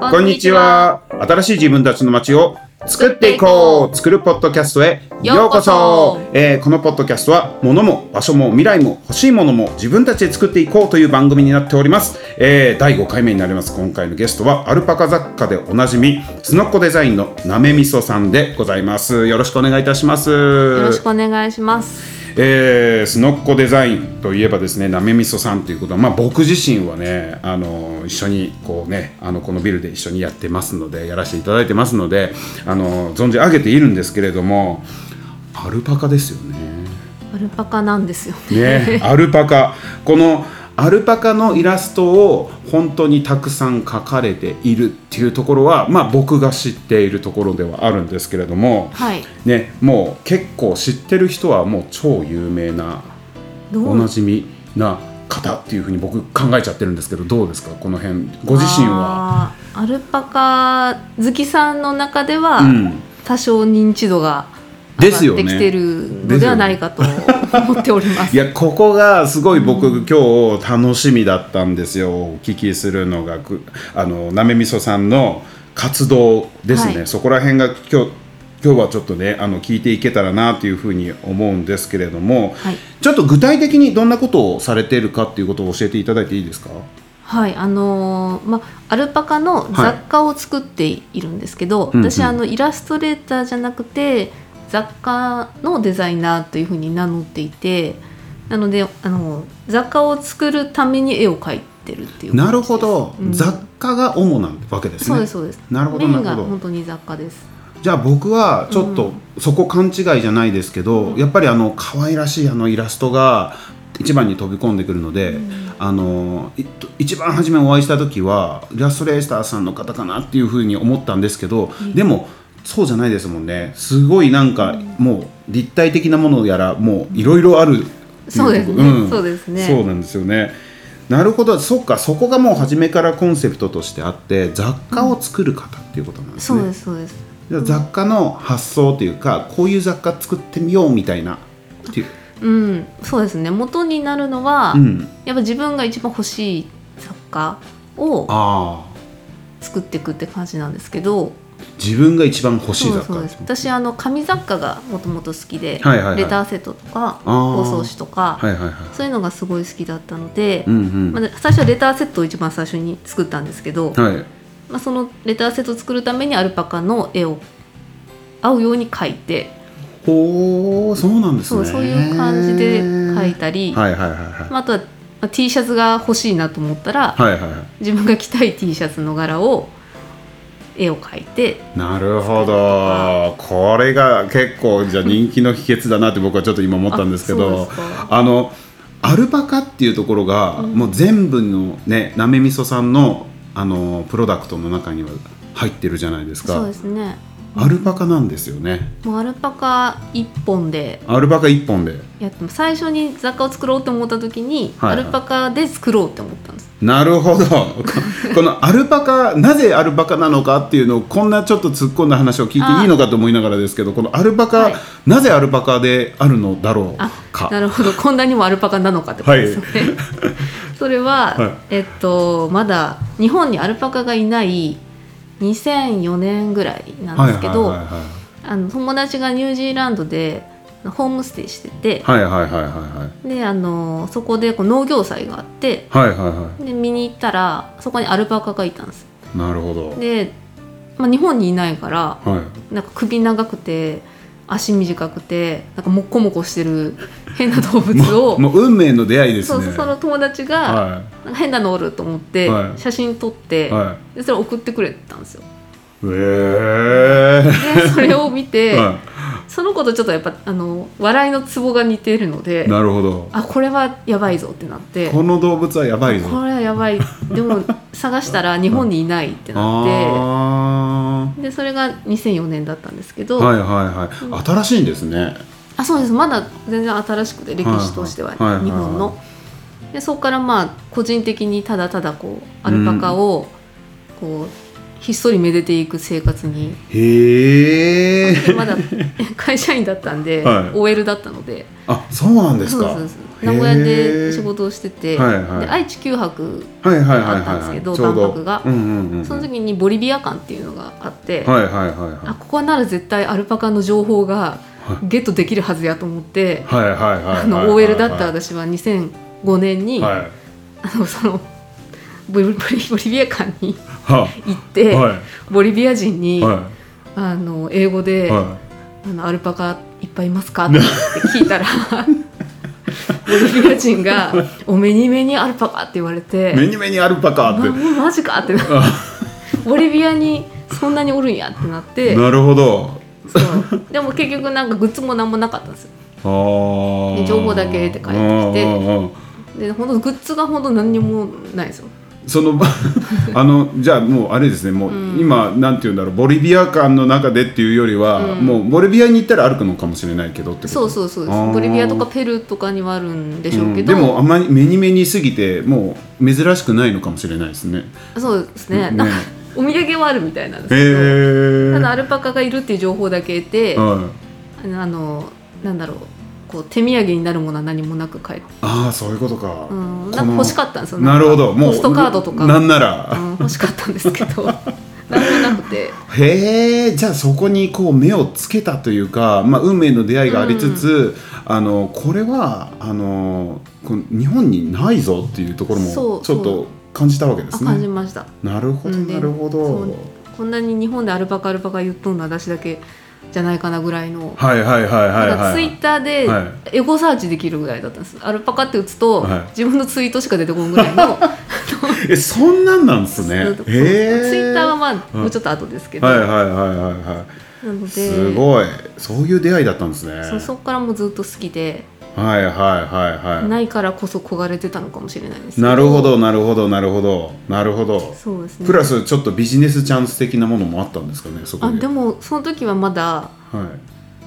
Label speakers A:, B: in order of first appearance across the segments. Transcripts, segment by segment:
A: こんにちは。新しい自分たちの街を作っていこう作るポッドキャストへようこそ
B: ようこそ
A: えーこのポッドキャストは物も場所も未来も欲しいものも自分たちで作っていこうという番組になっております、えー第5回目になります今回のゲストはアルパカ雑貨でおなじみすのっこデザインのなめみそさんでございますよろしくお願いいたします
B: よろしくお願いします。
A: えー、スノッコデザインといえばですねなめみそさんということは、まあ、僕自身はねあの一緒にこうねあのこのビルで一緒にやってますのでやらせていただいてますのであの存じ上げているんですけれどもアルパカですよね。
B: アルパカなんですよ。
A: ね、アルパカこのアルパカのイラストを本当にたくさん描かれているっていうところは、まあ、僕が知っているところではあるんですけれども、
B: はい
A: ね、もう結構知ってる人はもう超有名な
B: どう
A: おなじみな方っていうふうに僕考えちゃってるんですけどどうですかこの辺ご自身は。
B: あーアルパカ好きさんの中では、
A: うん
B: 多少認知度が上
A: で
B: がっ
A: すよね
B: てきてるのではないかと思っておりま
A: い
B: す。
A: やここがすごい僕、今日楽しみだったんですよお聞きするのがくあのなめみそさんの活動ですね、
B: はい
A: そこら辺が今日今日はちょっとねあの聞いていけたらなというふうに思うんですけれども、
B: はい
A: ちょっと具体的にどんなことをされているかっていうことを教えていただいていいですか
B: はい、あのーまアルパカの雑貨を作っているんですけど、
A: うんうん
B: 私あのイラストレーターじゃなくて雑貨のデザイナーというふうに名乗っていてなのであの雑貨を作るために絵を描いてるっていう感じです
A: なるほど、
B: うん
A: 雑貨が主なわけです
B: そ
A: ね
B: うですそうです
A: なるほど
B: メインが
A: なるほど
B: 本当に雑貨です
A: じゃあ僕はちょっとそこ勘違いじゃないですけど、やっぱりあの可愛らしいあのイラストが一番に飛び込んでくるので、あのい一番初めお会いした時はイラストレーターさんの方かなっていうふうに思ったんですけど、でもそうじゃないですもんねすごいなんかもう立体的なものやらもういろいろあるってい
B: そうですね
A: とこ
B: そうですね
A: そうなんですよねなるほどそっかそこがもう初めからコンセプトとしてあって雑貨を作る方っていうことなんです
B: そ
A: ね。
B: うですそうです
A: じゃあ雑貨の発想というかこういう雑貨作ってみようみたいなっていう、
B: うんそうですね元になるのは、
A: うん、
B: やっぱ自分が一番欲しい雑貨を
A: ああ
B: 作っていくって感じなんですけど
A: 自分が一番欲しい
B: そうです
A: 雑
B: そ
A: 貨
B: うです私あの紙雑貨がもともと好きで、
A: はいはいはい
B: レターセットとか
A: あー
B: 包装紙とか、
A: はいはいはい
B: そういうのがすごい好きだったので、
A: うんうん、
B: まあ、最初はレターセットを一番最初に作ったんですけど、
A: はい
B: まあ、そのレターセットを作るためにアルパカの絵を合うように描いて
A: ほうそうなんです
B: そう,、
A: ね
B: そういう感じで描いたり、
A: はいはいはいはい、
B: まあ、あとは、まあ、T シャツが欲しいなと思ったら、
A: はいはいは
B: 自分が着たい T シャツの柄を絵を描いて
A: いなるほどこれが結構じゃあ人気の秘訣だなって僕はちょっと今思ったんですけ
B: あそう
A: ど
B: ですか
A: あのアルパカっていうところが、
B: うん
A: もう全部のねなめみそさんのあのプロダクトの中には入ってるじゃないですか
B: そうですね
A: アルパカなんですよね。
B: もうアルパカ一本で
A: アルパカ一本で。
B: やっても最初に雑貨を作ろうと思った時に、
A: はいは
B: ア
A: い
B: ルパカで作ろうって思ったんです
A: なるほど。 ここのアルパカ、なぜアルパカなのかっていうのを、こんなちょっと突っ込んだ話を聞いていいのかと思いながらですけど、このアルパカ、
B: はい
A: なぜアルパカであるのだろ
B: あ
A: うか。
B: なるほどこんなにもアルパカなのかってことですよね、 それは、
A: はい
B: えっとまだ日本にアルパカがいない2004年ぐらいなんですけど
A: はいは
B: あの友達がニュージーランドでホームステイしてて、
A: いはいはい。はいはいはいは
B: であのそこでこう農業祭があって
A: いはい。はいはいは
B: で見に行ったらそこにアルパカがいたんです
A: い。なるほど。
B: で、まあ、日本にいないから
A: はい。
B: なんか首長くて足短くてなんかもっこもこしてる変な動物
A: も
B: を
A: うもう運命の出会いです
B: そう
A: ね。
B: そうその友達が
A: は
B: なんか変なのおると思って
A: はい
B: 写真撮って
A: い。は
B: でそれ送ってくれたん ですよ。
A: い。ええ
B: でそれを見て、
A: ー。は
B: その子とちょっとやっぱあの笑いのツボが似てるので
A: い。なるほど。
B: あこれはやばいぞってなって。
A: この動物はやばいぞ。
B: これはやばいで も探したら日本にいないってなっ
A: ああ。
B: てでそれが2004年だったんですけど、
A: はいはいはい。新しいんですね。
B: あそうですまだ全然新しくて歴史としては
A: はいはいはいはい
B: 日本のでそこからまあ個人的にただただこうアルパカをこうひっそりめでていく生活 に
A: へえ。
B: まだ会社員だったんで、
A: はい
B: OL だったので
A: あ、そうなんです
B: そう
A: か
B: そう。そう名古屋で仕事をしてて、
A: へーはいはい
B: で愛知九博
A: はいはいはい
B: あったんです
A: は
B: け
A: い
B: ど
A: ちょう
B: 万
A: ど
B: 博が
A: うんうんうん
B: その時にボリビア館っていうのがあって、
A: はいはいはいは
B: あここなら絶対アルパカの情報がゲットできるはずやと思って、
A: いはいはいは
B: あ
A: い
B: の OL だった
A: は
B: 私は2005年に、
A: いはい
B: あのそのボリボリボリビア館に
A: は
B: 行って、
A: は
B: ボリビア人に、
A: いは
B: あの英語で、
A: いは
B: あの「アルパカいっぱいいますか?」って聞いたらボリビア人が「お目に目にアルパカ」って言われて
A: い目に目にアルパカ
B: ま
A: っ
B: マジか」ってなボリビアにそんなにおるんやってなってて
A: なるほど
B: そうでも結局なんかグッズも何もなかったんですよ
A: ああ
B: で情報だけって返ってきてで本当グッズが本当何にもないんですよ
A: その あのじゃあもうあれですねもう、
B: うん
A: 今なんて言うんだろうボリビア間の中でっていうよりは、
B: うん
A: もうボリビアに行ったら歩くのかもしれないけどってこと
B: そうそうそうで
A: あー
B: すボリビアとかペルーとかにはあるんでしょうけど、
A: うんでもあまり目に目にすぎてもう珍しくないのかもしれないですね。
B: そうですねなんか お土産はあるみたいなんです
A: へ
B: けど、
A: え
B: ただアルパカがいるっていう情報だけ得て、
A: はい、
B: あのなんだろうこう手土産になるものは何もなく帰って、
A: ああそういうことか。
B: うん、
A: この
B: なんか欲しかったんですよ
A: なるほど
B: なんか
A: もう
B: ポストカードとか、
A: な
B: うん
A: なら、
B: ん、欲しかったんですけ ど何もなくて
A: へえじゃあそこにこう目をつけたというか、まあ、運命の出会いがありつつ、あのこれはあのこの日本にないぞっていうところもち
B: そ
A: ょ
B: う
A: っと感じたわけで
B: あ
A: す
B: 感じ
A: ね。
B: ました
A: なるほど
B: うんで
A: なるほど。
B: そうこんなに日本でアルパカアルパカ言っとんのは私だけじゃないかなぐらいの、
A: はいはいはいはい
B: なんか
A: はい。
B: ツイッターで
A: は
B: エゴサーチできるぐらいだったんです、アルパカって打つと、
A: はい
B: 自分のツイートしか出てこんぐらいの
A: えそんなんなんですね。
B: そうツイ
A: へえ
B: ッターはまあ
A: うん
B: もうちょっと後ですけど、
A: はいはいはいはいは
B: なので
A: い。すごいそういう出会いだったんですね。
B: そうそこからもうずっと好きで、
A: はいはいはいは
B: ないからこそ焦がれてたのかもしれないですけ
A: い。なるほどなるほどなるほどなるほど。
B: そうですね
A: プラスちょっとビジネスチャンス的なものもあったんですかねそこ
B: あ
A: で。
B: でもその時はまだ
A: は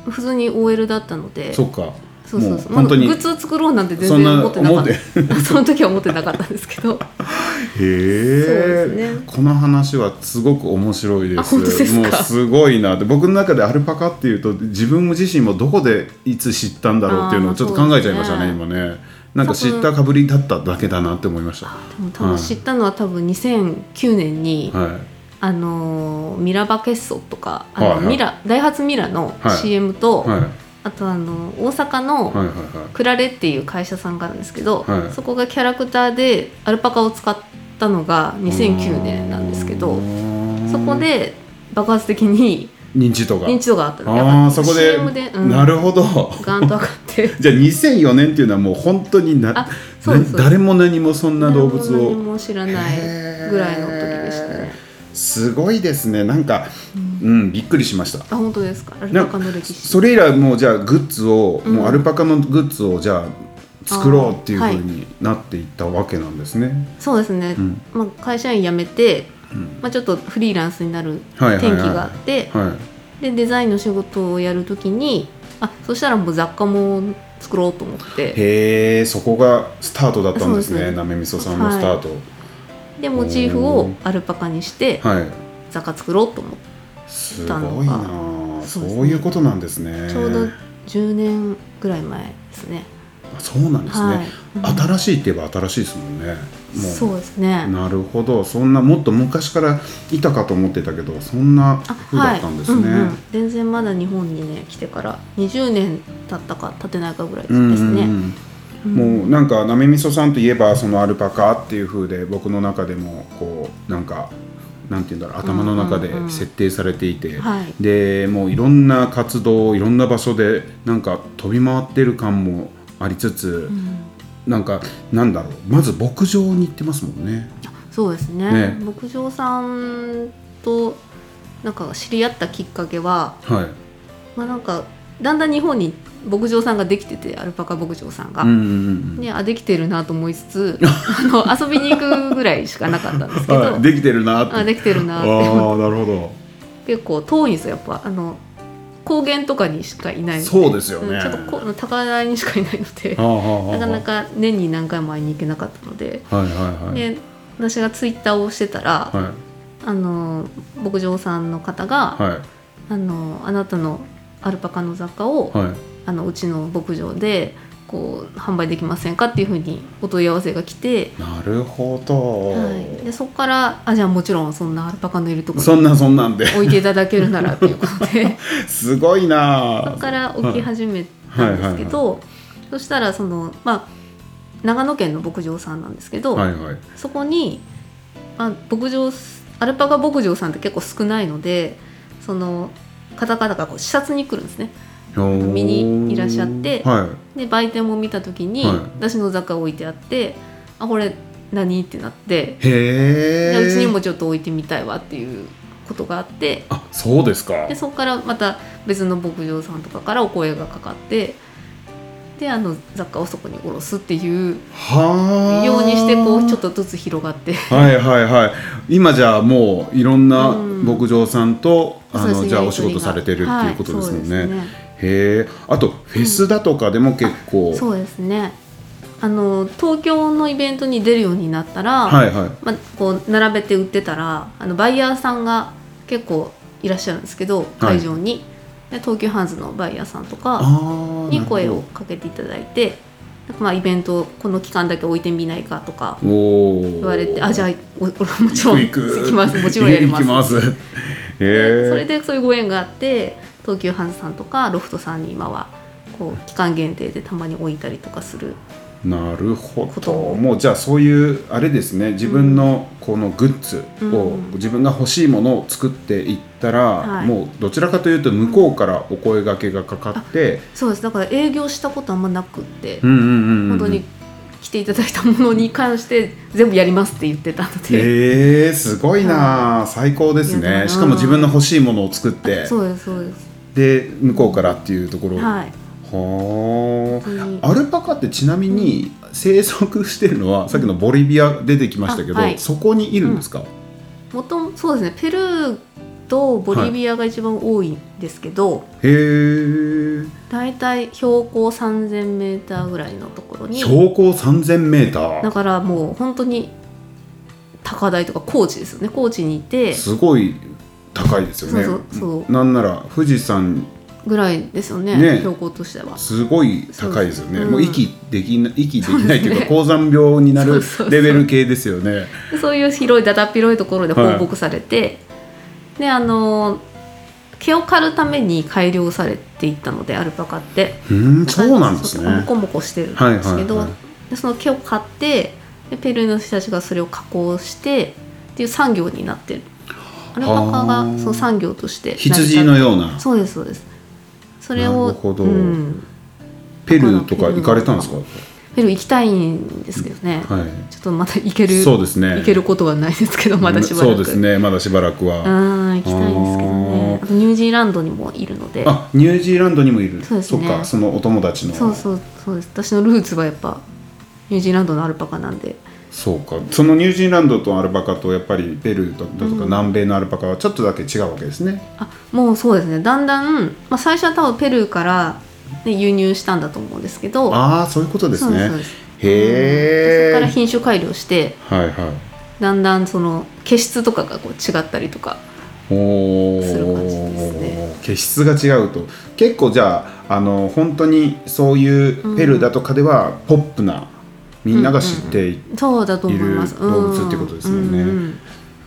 B: 普通に OL だったので
A: い。そっか。
B: そうそうそう
A: もう本当に
B: まだグッズを作ろうなんて全
A: そん
B: 然
A: な
B: 思ってなかっ
A: 思
B: た その時は思ってなかったんですけどそ
A: へえ、
B: うですね
A: この話はすごく面白いで
B: あ
A: す
B: 本当です
A: も
B: か
A: うすごいなって僕の中でアルパカっていうと自分自身もどこでいつ知ったんだろうっていうのを
B: あー
A: ちょっと考えちゃいましたね
B: そ
A: 今ねなんか知ったかぶりだっただけだなって思いましたは
B: でも多分知ったのは多分2009年に、
A: い
B: あのーミラバケッソとかあの、
A: はいはい
B: ミラダイハツミラの
A: はい
B: CM と、
A: はいはい
B: あとあの大阪の、
A: はいはい
B: クラレっていう会社さんがあるんですけど、
A: はい
B: そこがキャラクターでアルパカを使ったのが2009年なんですけどそこで爆発的に
A: 認知度が
B: 認知度があったのやっ
A: あ
B: ぱ
A: あそこで
B: CM で、うん、
A: なるほど
B: ガンと上がって
A: じゃあ2004年っていうのはもう本当にな
B: あそうです
A: な誰も何もそん な動物
B: 何
A: を
B: も知らないぐらいの時でしたね。
A: すごいですねなんかうん、びっくりしました
B: あ本当ですかアルパカの歴史
A: それ以来もうじゃあグッズを、
B: うん
A: もうアルパカのグッズをじゃあ作ろうっていうふうになっていったわけなんですね、
B: そうですね、
A: うん
B: まあ、会社員辞めて、
A: うん
B: まあ、ちょっとフリーランスになる
A: はいはい
B: 転機
A: はい
B: があって、
A: は
B: でデザインの仕事をやるときにあそしたらもう雑貨も作ろうと思っ
A: い、
B: て
A: へえそこがスタートだったんです
B: そう
A: ね
B: ですね
A: なめみそさんのスタート
B: でモチーフをアルパカにして
A: はい、
B: 雑貨作ろうと思って
A: す
B: た
A: ご
B: の
A: い
B: が
A: なあ
B: そ
A: そうう
B: ですね
A: いうことなんですね
B: ちょうど10年ぐらい前ですね。
A: あそうなんですね、
B: はいうん
A: 新しいって言えば新しいですもんねもう
B: そうですね
A: なるほどそんなもっと昔からいたかと思ってたけどそんな
B: あ
A: 風だったんですね、
B: はいうんうん全然まだ日本にね来てから20年経ったか経ってないかぐらいで
A: うんうんうん
B: すね。うん
A: もうなんかなめみそさんといえばそのアルパカっていう風で僕の中でもこうなんかなんて言うんだろう頭の中で
B: うんうんうん
A: 設定されていて、
B: はい
A: でもういろんな活動いろんな場所でなんか飛び回ってる感もありつつ、
B: うん
A: なんかなんだろうまず牧場に行ってますもんね。
B: そうですね
A: ね
B: 牧場さんとなんか知り合ったきっかけは、
A: はい、
B: まあ、なんかだんだん日本に牧場さんができててアルパカ牧場さんが、
A: うんうんうん
B: ね、あできてるなと思いつ つあの遊びに行くぐらいしかなかったんですけど、
A: はいできてるなって
B: あできてる
A: あ
B: な
A: あ
B: って思って
A: ーな るほ
B: 結構遠いんですよやっぱあの高原とかにしかいないので
A: そうですよね
B: んちょっとこう高台にしかいないので
A: ど。はあはあはあ
B: なかなか年に何回も会いに行けなかったので,、
A: はいはいはい。
B: で私がツイッターをしてたら、
A: は
B: あの牧場さんの方が、
A: いはい
B: あのあなたのアルパカの雑貨を、
A: はい。
B: あのうちの牧場でこう販売できませんかっていうふうにお問い合わせが来て、
A: なるほど、
B: はい、でそこからあじゃあもちろんそんなアルパカのいるとこ
A: そ
B: ろ
A: ん
B: に
A: なそんなんで
B: 置いていただけるならっていうことで
A: すごいな
B: そ
A: あ
B: こから置き始めたんですけど、そしたらそのまあ長野県の牧場さんなんですけど、
A: はいはい
B: そこに、まあ、牧場アルパカ牧場さんって結構少ないのでその方々がこう視察に来るんですね見にいらっしゃって
A: は
B: で売店も見た時に、
A: はい
B: 私の雑貨置いてあってあこれ何ってなって
A: いへ
B: で
A: え
B: うちにもちょっと置いてみたいわっていうことがあって
A: あそうですか
B: でそこからまた別の牧場さんとかからお声がかかってであの雑貨をそこに卸すっていう
A: はあ
B: ようにしてこうちょっとずつ広がって
A: はいはいはい今じゃあもういろんな
B: うん
A: 牧場さんと、あ
B: そう
A: の
B: ですね
A: じゃあ
B: や
A: お
B: り
A: 仕
B: 取り
A: 事
B: が
A: されてるっていうことですもんね,、
B: はいそうです
A: へえあとフェスだとかでも結構、
B: そうですね。あの東京のイベントに出るようになったら、
A: はいはい
B: まあ、こう並べて売ってたらあのバイヤーさんが結構いらっしゃるんですけど会場に、で東急ハンズのバイヤーさんとか
A: あー
B: に声
A: なる
B: をかけていただいてなんかまあイベントこの期間だけ置いてみないかとか
A: ほどお
B: 言われて「あじゃ
A: あ
B: あおお もちろん
A: 行く行く
B: 行きますもちろんやります」
A: 行きますへ
B: で
A: え
B: それでそういうご縁があって東急ハンズさんとかロフトさんに今はこう期間限定でたまに置いたりとかする
A: なるほ
B: こと
A: ど
B: も
A: もうじゃあそういうあれですね自分のこのグッズを、
B: うん
A: 自分が欲しいものを作っていったら、
B: はい
A: もうどちらかというと向こうからお声がけがかかって、
B: そうですだから営業したことあんまなくって、
A: うんうんうんうん、
B: 本当に来ていただいたものに関して全部やりますって言ってたので、
A: えー、すごいなあ、最高です
B: いやだ
A: ね
B: な
A: しかも自分の欲しいものを作って
B: そうですそうです
A: で向こうからっていうところ
B: はい
A: は
B: 本当に
A: あアルパカってちなみに生息してるのは、さっきのボリビア出てきましたけど、
B: あはい
A: そこにいるんですか、
B: 元そうですねペルーとボリビアが一番多いんですけど、
A: へえ
B: 大体標高 3000m ぐらいのところに
A: 標高 3000m
B: だからもう本当に高台とか高地ですよね高地にいて
A: すごい高いですよね
B: そうそうそう
A: なんなら富士山
B: ぐらいですよね
A: ね
B: 標高としては
A: すごい高いですよね
B: そうそう
A: もう息できな息できないとい
B: そう
A: うか
B: ですね
A: 高山病にな
B: そう
A: る
B: そうそう
A: レベル系ですよね
B: でそういう広いだだっ広いところで放牧されて、であの毛を刈るために改良されていったのでアルパカって
A: うんそうなんですね
B: モコモコしてるんですけど、
A: はいはいは
B: でその毛を刈ってでペルーの人たちがそれを加工してっていう産業になってるアルパカ
A: は
B: が
A: あ
B: その産業として
A: 羊の
B: う
A: ような
B: そうですそうですそれ
A: な
B: を
A: るほど
B: うん、
A: ペルーとか行かれたんですか
B: ペルー行きたいんですけどね、
A: はい
B: ちょっとまた行ける
A: そうですね
B: 行けることはないですけどまだしばらく
A: そうですねまだしばらくは、
B: うん行きたいんですけどね
A: あ
B: あとニュージーランドにもいるので
A: あニュージーランドにもいる
B: そうですね
A: っかそのお友達の
B: そうそうそうです私のルーツはやっぱニュージーランドのアルパカなんで
A: そうかそのニュージーランドとアルパカとやっぱりペルーとだとか南米のアルパカはちょっとだけ違うわけですね、
B: あもうそうですねだんだん、まあ、最初は多分ペルーから、ね、輸入したんだと思うんですけど
A: ああそういうことですね
B: そうですそうで
A: へえ
B: そこから品種改良して
A: はいはい
B: だんだんその毛質とかがこう違ったりとか
A: おお
B: する感じですね
A: 毛質が違うと結構じゃああの本当にそういうペルーだとかではポップな、みんなが知ってい
B: そうだと思います
A: いる動物ってことですもんね
B: うんうん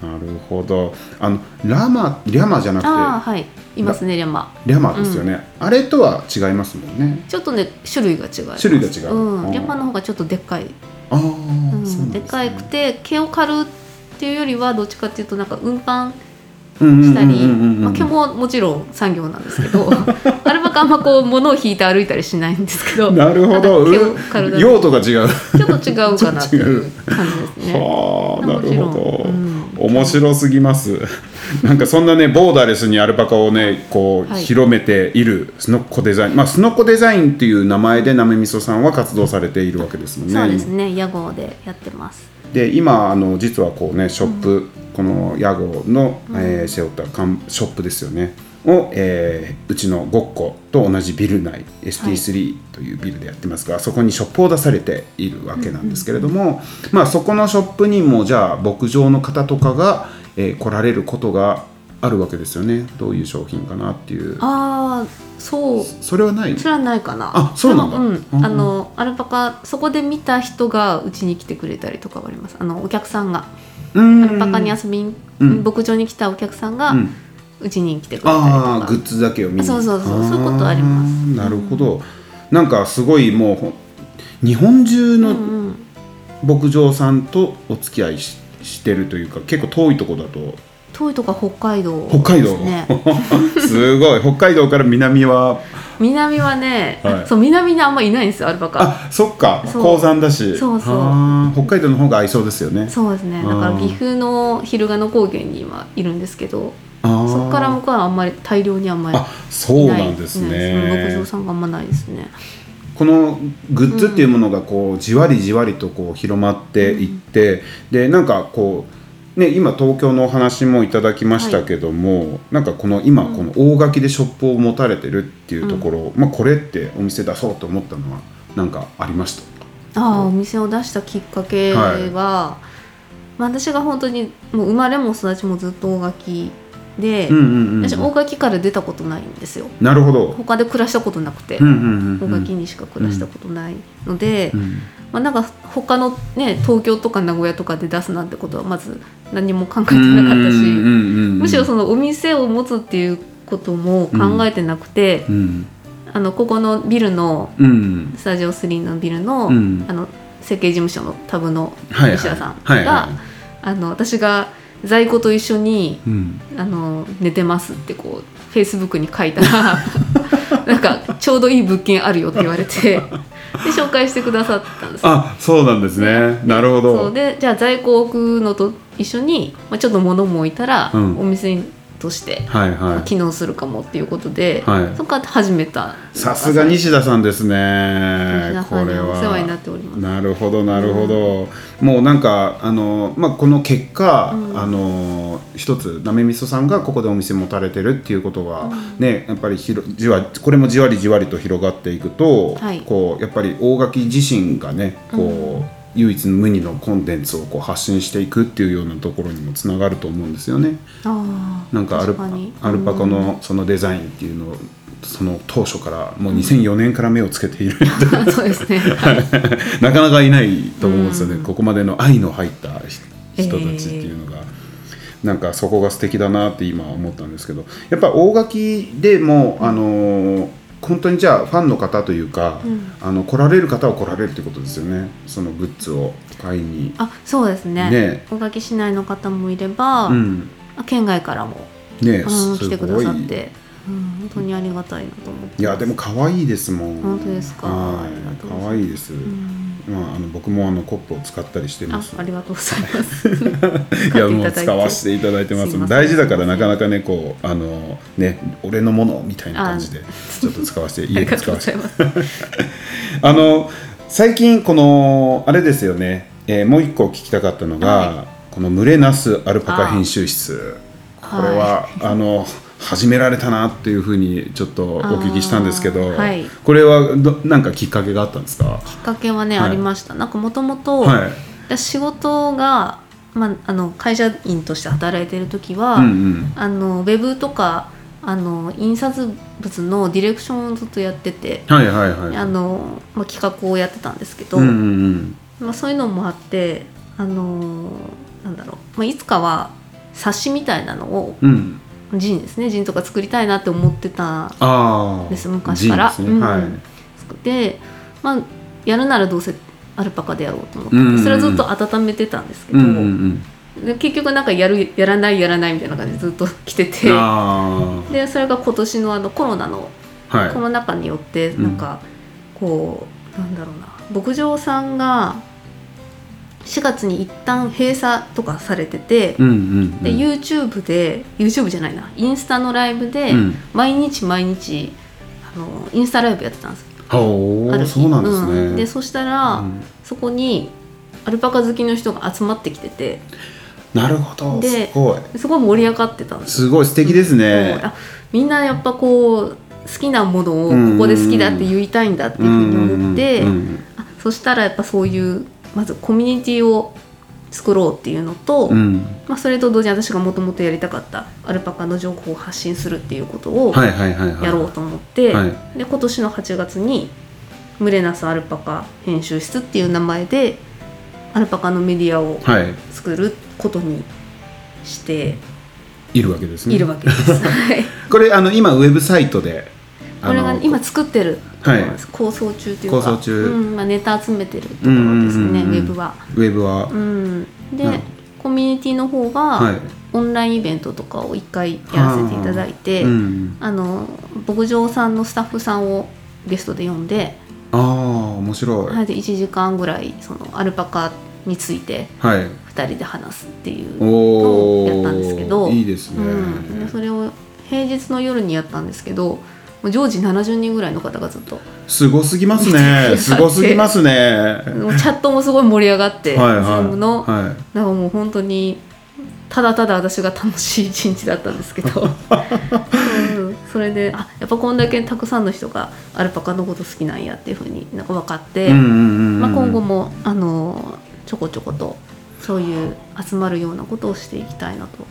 A: なるほどあのラマリャマじゃなくて
B: ああはいいますねリャマ
A: リャマですよね、あれとは違いますもんね
B: ちょっとね種類が違います
A: 種類が違う
B: う
A: あー
B: ん、リャマの方がちょっとでっかい
A: ああ、
B: うん
A: そうなん
B: で
A: です、ね、
B: かいくて毛を刈るっていうよりはどっちかっていうとなんか運搬
A: し
B: したり、まあ、毛ももちろん産業なんですけ どアルパカあんまこう物を引いて歩いたりしないんですけど
A: なるほど
B: なんか毛
A: う
B: を刈るだけ
A: 用途が違う
B: ちょっと違うかなっていう感じです ね。
A: はあな
B: も
A: る
B: ちろん
A: ほど、
B: うん
A: 面白すぎますなんかそんなねボーダーレスにアルパカをねこう、
B: はい
A: 広めているスノッコデザインまあスノッコデザインっていう名前でなめみそさんは活動されているわけですもんね
B: そうですね屋号でやってます。
A: で今あの実はこうねショップ、この屋号の、えー背負った看ショップですよねを、えーうちのごっこと同じビル内 ST3 というビルでやってますが、そこにショップを出されているわけなんですけれども、まあ、そこのショップにもじゃあ牧場の方とかが、えー来られることがあるわけですよねどういう商品かなっていう
B: ああそう
A: それはない
B: それはないかな
A: あそうなんだ
B: でも
A: うんうん
B: あのアルパカそこで見た人がうちに来てくれたりとかはありますあのお客さんが
A: う
B: ア
A: ん
B: ルパカに遊びに、
A: うん
B: 牧場に来たお客さんが
A: うん
B: うちに来てくれたりと
A: ああ
B: か、
A: グッズだけを見に
B: そうそうそう
A: あー
B: そういうことあります
A: なるほど、なんかすごいもうほ日本中
B: うん
A: の
B: うん
A: 牧場さんとお付き合いししてるというか結構遠いとこだと
B: 遠いとか北海道
A: 北海道、
B: ですね
A: すごい北海道から南は
B: 南はね、
A: はい
B: そう南にあんまいないんですよアルパカ
A: あそっか
B: そう
A: 高山だし
B: そうそう
A: あー北海道の方が合いそうですよね
B: そうですねだか
A: あ
B: ら
A: ー
B: 岐阜の昼賀の高原に今いるんですけど
A: あー
B: そこから向こうはあんまり大量にあんまり
A: あそうなんです
B: いない
A: ね
B: その牧場さんがあんまないですね
A: このグッズっていうものがこうじわりじわりとこう広まっていって、でなんかこうね今東京のお話もいただきましたけども、なんかこの今
B: うん
A: この大垣でショップを持たれてるっていうところ、まあこれってお店出そうと思ったのはなんかありました
B: ああお店を出したきっかけは、
A: はい
B: まあ、私が本当にもう生まれも育ちもずっと大垣で、
A: うんうんうん
B: 私大垣から出たことないんですよ
A: なるほど
B: 他で暮らしたことなくて、
A: うんうんうんう
B: 大垣
A: ん
B: にしか暮らしたことないので、
A: うん
B: まあ、なんか他のね東京とか名古屋とかで出すなんてことはまず何も考えてなかったし、
A: うんうんうんうん
B: むしろそのお店を持つっていうことも考えてなくて、
A: うん
B: あのここのビルの
A: うん
B: スタジオ3のビルの,、
A: うん
B: あの設計事務所のタブの
A: はいはい
B: 西田さんが、
A: はいはい
B: あの私が在庫と一緒に
A: うん
B: あの寝てますってこうフェイスブックに書いた らなんかちょうどいい物件あるよって言われてで紹介してくださったんですよ
A: あそうなんですねなるほ
B: そう
A: ど
B: でじゃあ在庫を置くのと一緒に、まあ、ちょっと物も置いたら、
A: うん
B: お店として
A: はいはい
B: 機能するかもっていうことで、
A: はい
B: そこから始めた
A: さすが西田さんです
B: 西田。さん
A: ねこ
B: に
A: れ
B: はお世話になっ
A: は。
B: ております
A: なるほどなるほど、もうなんかあの、まあ、この結果、
B: うん
A: あの一つなめみそさんがここでお店持たれてるっていうことが、ねやっぱり広じわこれもじわりじわりと広がっていくと、
B: はい
A: こうやっぱり大垣自身がねこう、唯一無二のコンテンツをこう発信していくっていうようなところにもつながると思うんですよね。
B: あー
A: なんかアル
B: 確に
A: アルパカのそのデザインっていうのをその当初からもう2004年から目をつけている
B: うんそうですね、
A: なかなかいないと思うんですよね、
B: うん
A: ここまでの愛の入った人人たちっていうのが、なんかそこが素敵だなって今思ったんですけどやっぱ大垣でも、あのー本当にじゃあファンの方というか、
B: うん
A: あの来られる方は来られるってことですよねそのグッズを買いに。
B: あそうですね
A: ね
B: 大垣市内の方もいれば、
A: うん
B: 県外からも、
A: ね
B: うん、
A: す
B: 来てく
A: ご
B: だ
A: い
B: さって、うん、本当にありがたいなと思って
A: いやでも可愛いですもん。
B: 本当ですか
A: は
B: ありが
A: い、
B: とうございます
A: 可愛いです。
B: うん
A: まああの僕もあのコップを使ったりしてま
B: あ
A: す。
B: ありがとうございます
A: いやもう使わせていただいてます
B: すいません
A: 大事だからなかなかねこうあのね俺のものみたいな感じでちょっと使わせて
B: あ
A: 家
B: り
A: で
B: がと
A: 使
B: う
A: わ
B: ご
A: せ
B: ざ
A: て
B: います
A: あの最近このあれですよね、えーもう一個聞きたかったのが、
B: は
A: この群れなすアルパカ
B: あー
A: 編集室こ
B: はい
A: れは、あの始められたなっていうふうにちょっとお聞きしたんですけど、
B: あーはい
A: これはどなんかきっかけがあったんですか
B: きっかけはね、
A: はい
B: ありましたなんかもともと
A: はい
B: 仕事が、まあ、あの会社員として働いてる時は、
A: うんうん
B: あのウェブとかあの印刷物のディレクションをずっとやってて、
A: はいはいはい
B: あのまあ、企画をやってたんですけど、
A: うんうん
B: まあ、そういうのもあってあのなんだろう、まあ、いつかは冊子みたいなのを
A: うんうん
B: ジンですねジンとか作りたいなって思ってた
A: ああ
B: です昔から
A: ジンです
B: う
A: ね
B: ん
A: はい
B: で、まあ、やるならどうせアルパカでやろうと思って、
A: うんうんうん
B: それはずっと温めてたんですけ
A: う
B: ど、
A: んうんうん
B: で結局なんかやるやらないやらないみたいな感じでずっと来てて
A: あ
B: でそれが今年のあのコロナの、
A: あはい
B: コロナ禍によって
A: うん
B: なんかこう、なんだろうな牧場さんが4月に一旦閉鎖とかされてて、
A: うんうん
B: で
A: う
B: YouTube で YouTube じゃないなインスタのライブで
A: うん
B: 毎日毎日あのインスタライブやってたんです
A: ほ
B: ある
A: う
B: 日
A: そうなんですね、
B: うんでそしたら、
A: うん
B: そこにアルパカ好きの人が集まってきてて
A: なるほど
B: です
A: ごい
B: すごい盛り上がってたんですよ
A: すごい素敵です
B: もう
A: ね
B: あみんなやっぱこう好きなものをここで好きだって言いたいんだっていうふうに思って
A: うんうんうんうん
B: あそしたらやっぱそういうまずコミュニティを作ろうっていうのと、
A: うん
B: まあ、それと同時に私がもともとやりたかったアルパカの情報を発信するっていうことを
A: はいはいはいはい
B: やろうと思って、
A: はい
B: で今年の8月に「群れなすアルパカ編集室」っていう名前でアルパカのメディアを
A: はい
B: 作ることにして
A: いるわけですね
B: いるわけ です。はい
A: これあの今ウェブサイトであ
B: これ
A: の
B: がね今作ってるところです、構想中というか
A: 構想中
B: うんまあ、ネタ集めてるところですねウ
A: うんうんうんうん
B: ェブは。
A: ウェブは、
B: うん、で、
A: なるほど
B: コミュニティの方は、
A: はい
B: オンラインイベントとかを一回やらせていただいて、
A: うん、
B: あの牧場さんのスタッフさんをゲストで呼んで,、
A: ああ面白い
B: はい、で1時間ぐらいそのアルパカについて
A: はい、
B: 2人で話すっていう、
A: おお
B: やったんですけど
A: いいですね、
B: うん、でそれを平日の夜にやったんですけどもう常時70人ぐらいの方がずっと
A: すごす ぎますねすごすぎますねは
B: もうチャットもすごい盛り上がっ
A: い
B: て
A: はい
B: 全部の、
A: は
B: だからもう本当にただただ私が楽しい一日だったんですけ ど、うんそれであやっぱこんだけたくさんの人がアルパカのこと好きなんやっていうふうになんか分かっ
A: い
B: て、
A: うんうんうんうん
B: まあ、今後もあのちょこちょことそういう集まるようなことをしていきたいなと。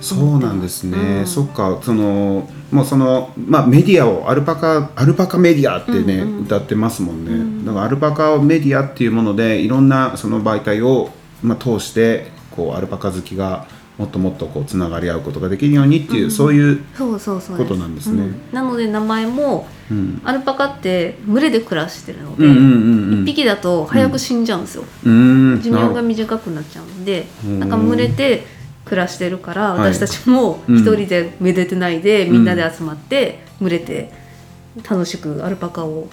A: そうなんですね、
B: うん
A: そっかそのもうその、まあ、メディアをアルパカアルパカメディアってね、
B: うんうん
A: 歌ってますもんね、
B: うん
A: だからアルパカをメディアっていうものでいろんなその媒体を、まあ、通してこうアルパカ好きがもっともっとこうつながり合うことができるようにっていう、
B: うん
A: そういう、
B: そうそうそう
A: ことなんですね
B: うんなので名前も
A: うん、
B: アルパカって群れで暮らしてるので、
A: うんうんうんう
B: 1
A: ん
B: 匹だと早く死んじゃうんですよ、
A: うん
B: 寿
A: なるほ
B: 命
A: ど
B: が短くなっちゃうんで
A: うん
B: なんか群れて暮らしてるから
A: はい
B: 私たちも
A: うん
B: 一人でめでてないで、
A: うん
B: みんなで集まって群れて楽しくアルパカを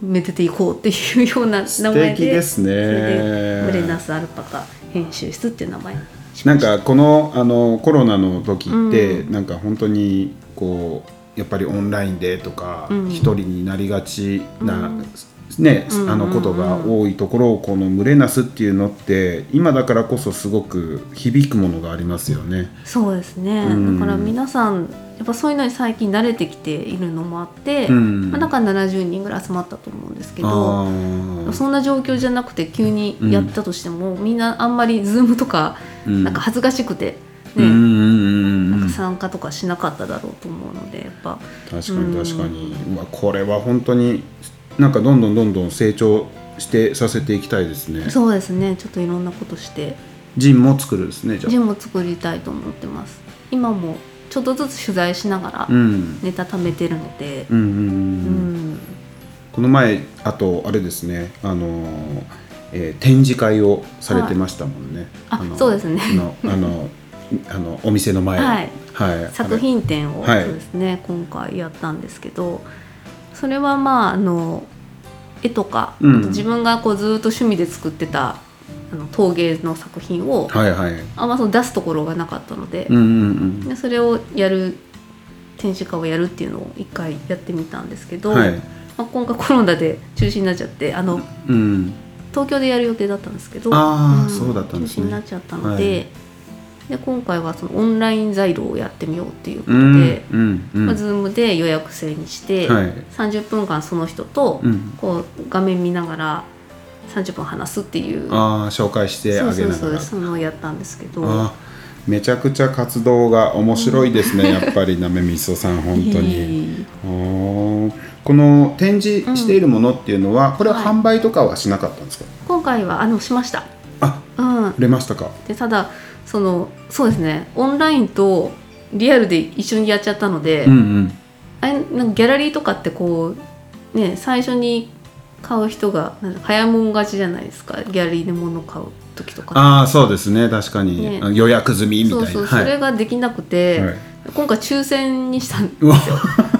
B: めでていこうっていうような名
A: 素
B: 前
A: 敵
B: で
A: です
B: それで「群れ
A: ね
B: なすアルパカ編集室」っていう名前にし
A: な
B: ま
A: ん
B: した
A: かこのあのコロナの時って、
B: う
A: なんか本当にこうやっぱりオンラインでとか
B: う
A: 一、
B: ん
A: 人になりがちな、
B: うん
A: ね、
B: うんうんうん
A: あのことが多いところをこの「群れなす」っていうのって今だからこそすごく響くものがありますよね。
B: そうですね、
A: うん
B: だから皆さんやっぱそういうのに最近慣れてきているのもあって、
A: うん
B: まあ、だから70人ぐらい集まったと思うんですけど。
A: あ
B: そんな状況じゃなくて急にやったとしても、みんなあんまりズームとか
A: ーうん
B: なんか恥ずかしくて、
A: うんうん
B: ね
A: うんうんう
B: なんか
A: ん
B: 参加とかしなかっただろうと思うのでやっぱ
A: 確かに確かに、うわこれは本当になんかどんどんどんどん成長してさせていきたいですね。
B: そうですねちょっといろんなことして
A: ジンも作るんですねじゃあ
B: ジムを作りたいと思ってます今もちょっとずつ取材しながら
A: うん
B: ネタ貯めてるので、
A: うんうんうん
B: う
A: うん
B: ん
A: この前あとあれですねあのー、えー展示会をされてましたもんね、
B: あ
A: の
B: そうですね
A: あのあのあのお店の前
B: はい、
A: はい
B: 作品展を、
A: はい
B: そうですね今回やったんですけどそれはまああの絵とか、
A: うん
B: あと自分がこうずっと趣味で作ってたあの陶芸の作品を、
A: あれはいはい
B: あんまその出すところがなかったので,、
A: うんうん
B: でそれをやる展示会をやるっていうのを一回やってみたんですけ
A: う
B: ど、
A: んはい
B: まあ、今回コロナで中止になっちゃってあの
A: うん
B: 東京でやる予定だったんですけど
A: ああ、
B: ん
A: そうだったんです
B: 中止にな
A: ね
B: っちゃったの
A: は
B: で,、で今回はそのオンライン在庫をやってみようっていうこと
A: う
B: で。
A: んうんうん
B: まあ、Zoom で予約制にして、
A: はい
B: 30分間その人と
A: うん
B: こう画面見ながら30分話すっていう
A: ああ紹介して
B: そう
A: あげ
B: そう
A: なが
B: そう
A: ら
B: そのをやったんですけど
A: あーめちゃくちゃ活動が面白いですね、やっぱりなめみそさん本当に。
B: いい
A: おーこの展示しているものっていうのは、これは
B: はい
A: 販売とかはしなかったんですか、
B: 今回はあのしました、
A: あ
B: うん、
A: 売れましたか
B: でただそのそうですねオンラインとリアルで一緒にやっちゃったので、
A: うんうん
B: あれなんかギャラリーとかってこうね最初に買う人がなんか早もん勝ちじゃないですかギャラリーで物買う時とか
A: ああそうですね確かに、
B: ね
A: あ予約済みみたい
B: そう
A: な
B: そう、
A: はい
B: それができなくて、
A: はい
B: 今回抽選にしたん
A: うわ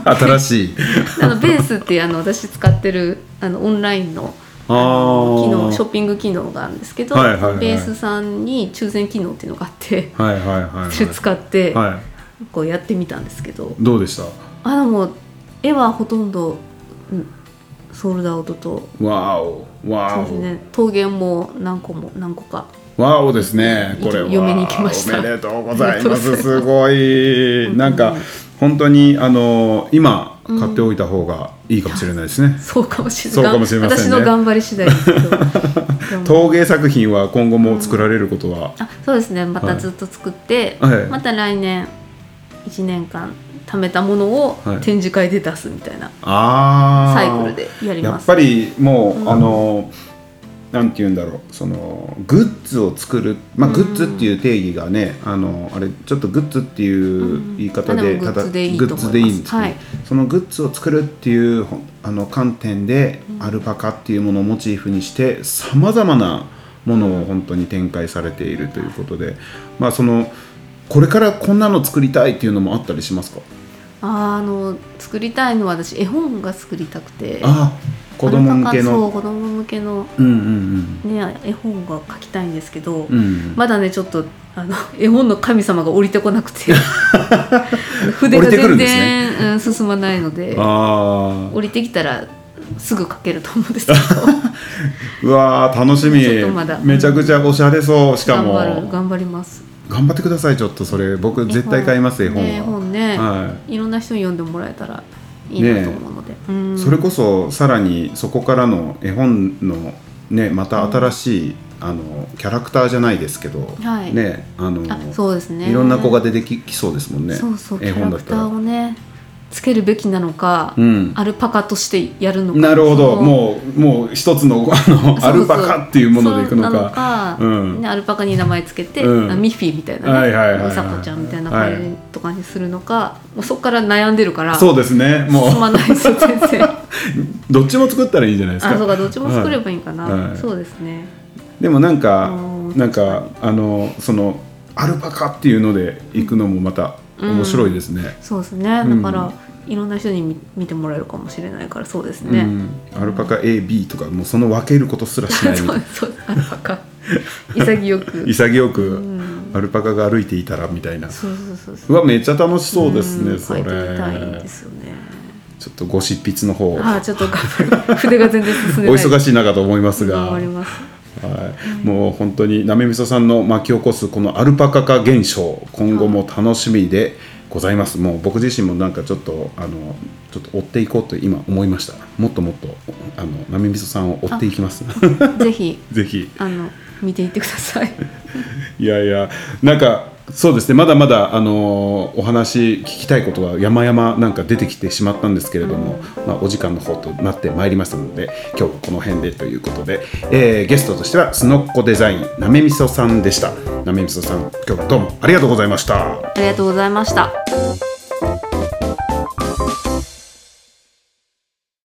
A: 新しい
B: あのベースっていうあの私使ってるあのオンラインの
A: あー
B: 機能ショッピング機能があるんですけど、
A: はいはいはい
B: ベースさんに抽選機能っていうのがあって、
A: はいはいはいはい
B: それ使って
A: は
B: こうやってみたんですけど
A: いどうでした
B: あでも絵はほとんど、うんソールドアウトと
A: わお
B: そう
A: わ
B: です
A: お、
B: ね陶芸も何個も何個か
A: わおですね
B: い
A: これは
B: 嫁に行きました
A: おめで とうござい
B: ありがとう
A: ま
B: ござい
A: す
B: ます
A: すごい
B: に
A: なんか本当にあの今買っておいた方がいいかもしれないですね、
B: そうかもしれない
A: そうかもしれませ
B: 私
A: んね
B: の頑張り次第ですけ ど頑張る
A: 陶芸作品は今後も作られることは、
B: あそうですねまたずっと作って、
A: はい
B: また来年1年間貯めたものを
A: はい
B: 展示会で出すみたいな
A: ああ
B: サイクルでやり
A: や
B: ま
A: っ
B: す
A: ぱりもう、
B: うん
A: あのなんて言うんだろうそのグッズを作る、まあ、
B: うん
A: グッズっていう定義がね、あのあれちょっとグッズっていう言い方で,
B: うん
A: ただ、
B: あでもグッズでいいと思い
A: グッ
B: ます
A: ズでいいんですけど、
B: はい
A: そのグッズを作るっていうほんあの観点で、アルパカっていうものをモチーフにしてさまざまなものを本当に展開されているということで、まあそのこれからこんなの作りたいっていうのもあったりしますか、
B: あーあの作りたいのは私絵本が作りたくて
A: あー子供向
B: アル
A: け
B: パカそう
A: の
B: 子供向けの、
A: うんうん
B: ね、絵本が描きたいんですけど、
A: うんうん
B: まだねちょっとあの 絵本の神様が降りてこなく て筆
A: 降
B: が
A: りてく
B: 全
A: るんです
B: 然、うん、進まないので
A: ああ
B: 降りてきたらすぐ描けると思うん ですけど
A: うわー楽しみ
B: ちょっとまだ
A: めちゃくちゃおしゃれそうしか
B: 頑
A: も
B: 張る
A: 頑
B: 頑張ります
A: 張ってくださいちょっとそれ僕絶対買います絵本
B: ね絵
A: は、
B: 本ね、、
A: はい
B: ろんな人に読んでもらえたらいいなと思うので、うん
A: い、それこそさらにそこからの絵本のねまた新しい、あのキャラクターじゃないですけど、
B: はい
A: ねあの
B: あそうですね
A: いろんな子が出てききそうですもんね
B: そうそうキ
A: 絵
B: ャラ
A: 本だっ
B: クタ
A: た
B: ー
A: ら
B: をねつけるべきなのか、
A: うん
B: アルパカとしてやるのか
A: なるほ
B: そ
A: ど
B: の
A: もうもう一つのあの
B: そうそう
A: アルパカっていうものでいくの
B: そうなの
A: か
B: か、
A: うん
B: ね、アルパカに名前つけて、
A: うん
B: あミッフィーみたいなね、
A: はいはいはいは
B: ウ
A: い
B: サコちゃんみたいな感じとかにするのか、もうそこから悩んでるから
A: そうですねも
B: 進ま
A: う
B: ないですよ 全然あ
A: どっちも作ったらいいんじゃないですか
B: そうかどっちも作ればいいんかな、
A: はい
B: そうですね
A: でもなんか
B: うん
A: なんかあのそのアルパカっていうので行くのもまた面白いですね。
B: そうですねだ
A: うん
B: から、いろんな人に見見てもらえるかもしれないからそうです
A: うん
B: ね、
A: アルパカ AB とかもうその分けることすらし ない
B: そうそうアルパカ潔く、
A: 潔
B: う
A: く
B: ん、
A: アルパカが歩いていたらみたいな
B: そうそうそうそう
A: うわめっちゃ楽しそうですね
B: ん
A: それ
B: 書いてみたいですよね
A: ちょっとご執筆の方
B: あーちょっと頑張る筆が全然進んで
A: お
B: ない
A: 忙しい中と思います
B: 頑
A: が
B: 張ります
A: はい、もう本当になめみそさんの巻き起こすこのアルパカ化現象今後も楽しみでございます、もう僕自身もなんかちょっとあのちょっと追っていこうと今思いましたもっともっとあのなめみそさんを追っていきます
B: ぜひ
A: ぜひ
B: あの見ていってくださ い。
A: いやいやなんかそうですねまだまだあのお話聞きたいことが山々なんか出てきてしまったんですけれども、まあ、お時間の方となってまいりましたので今日はこの辺でということで、えーゲストとしてはすのっこデザインなめみそさんでしたなめみそさん今日はどうもありがとうございました。
B: ありがとうございました。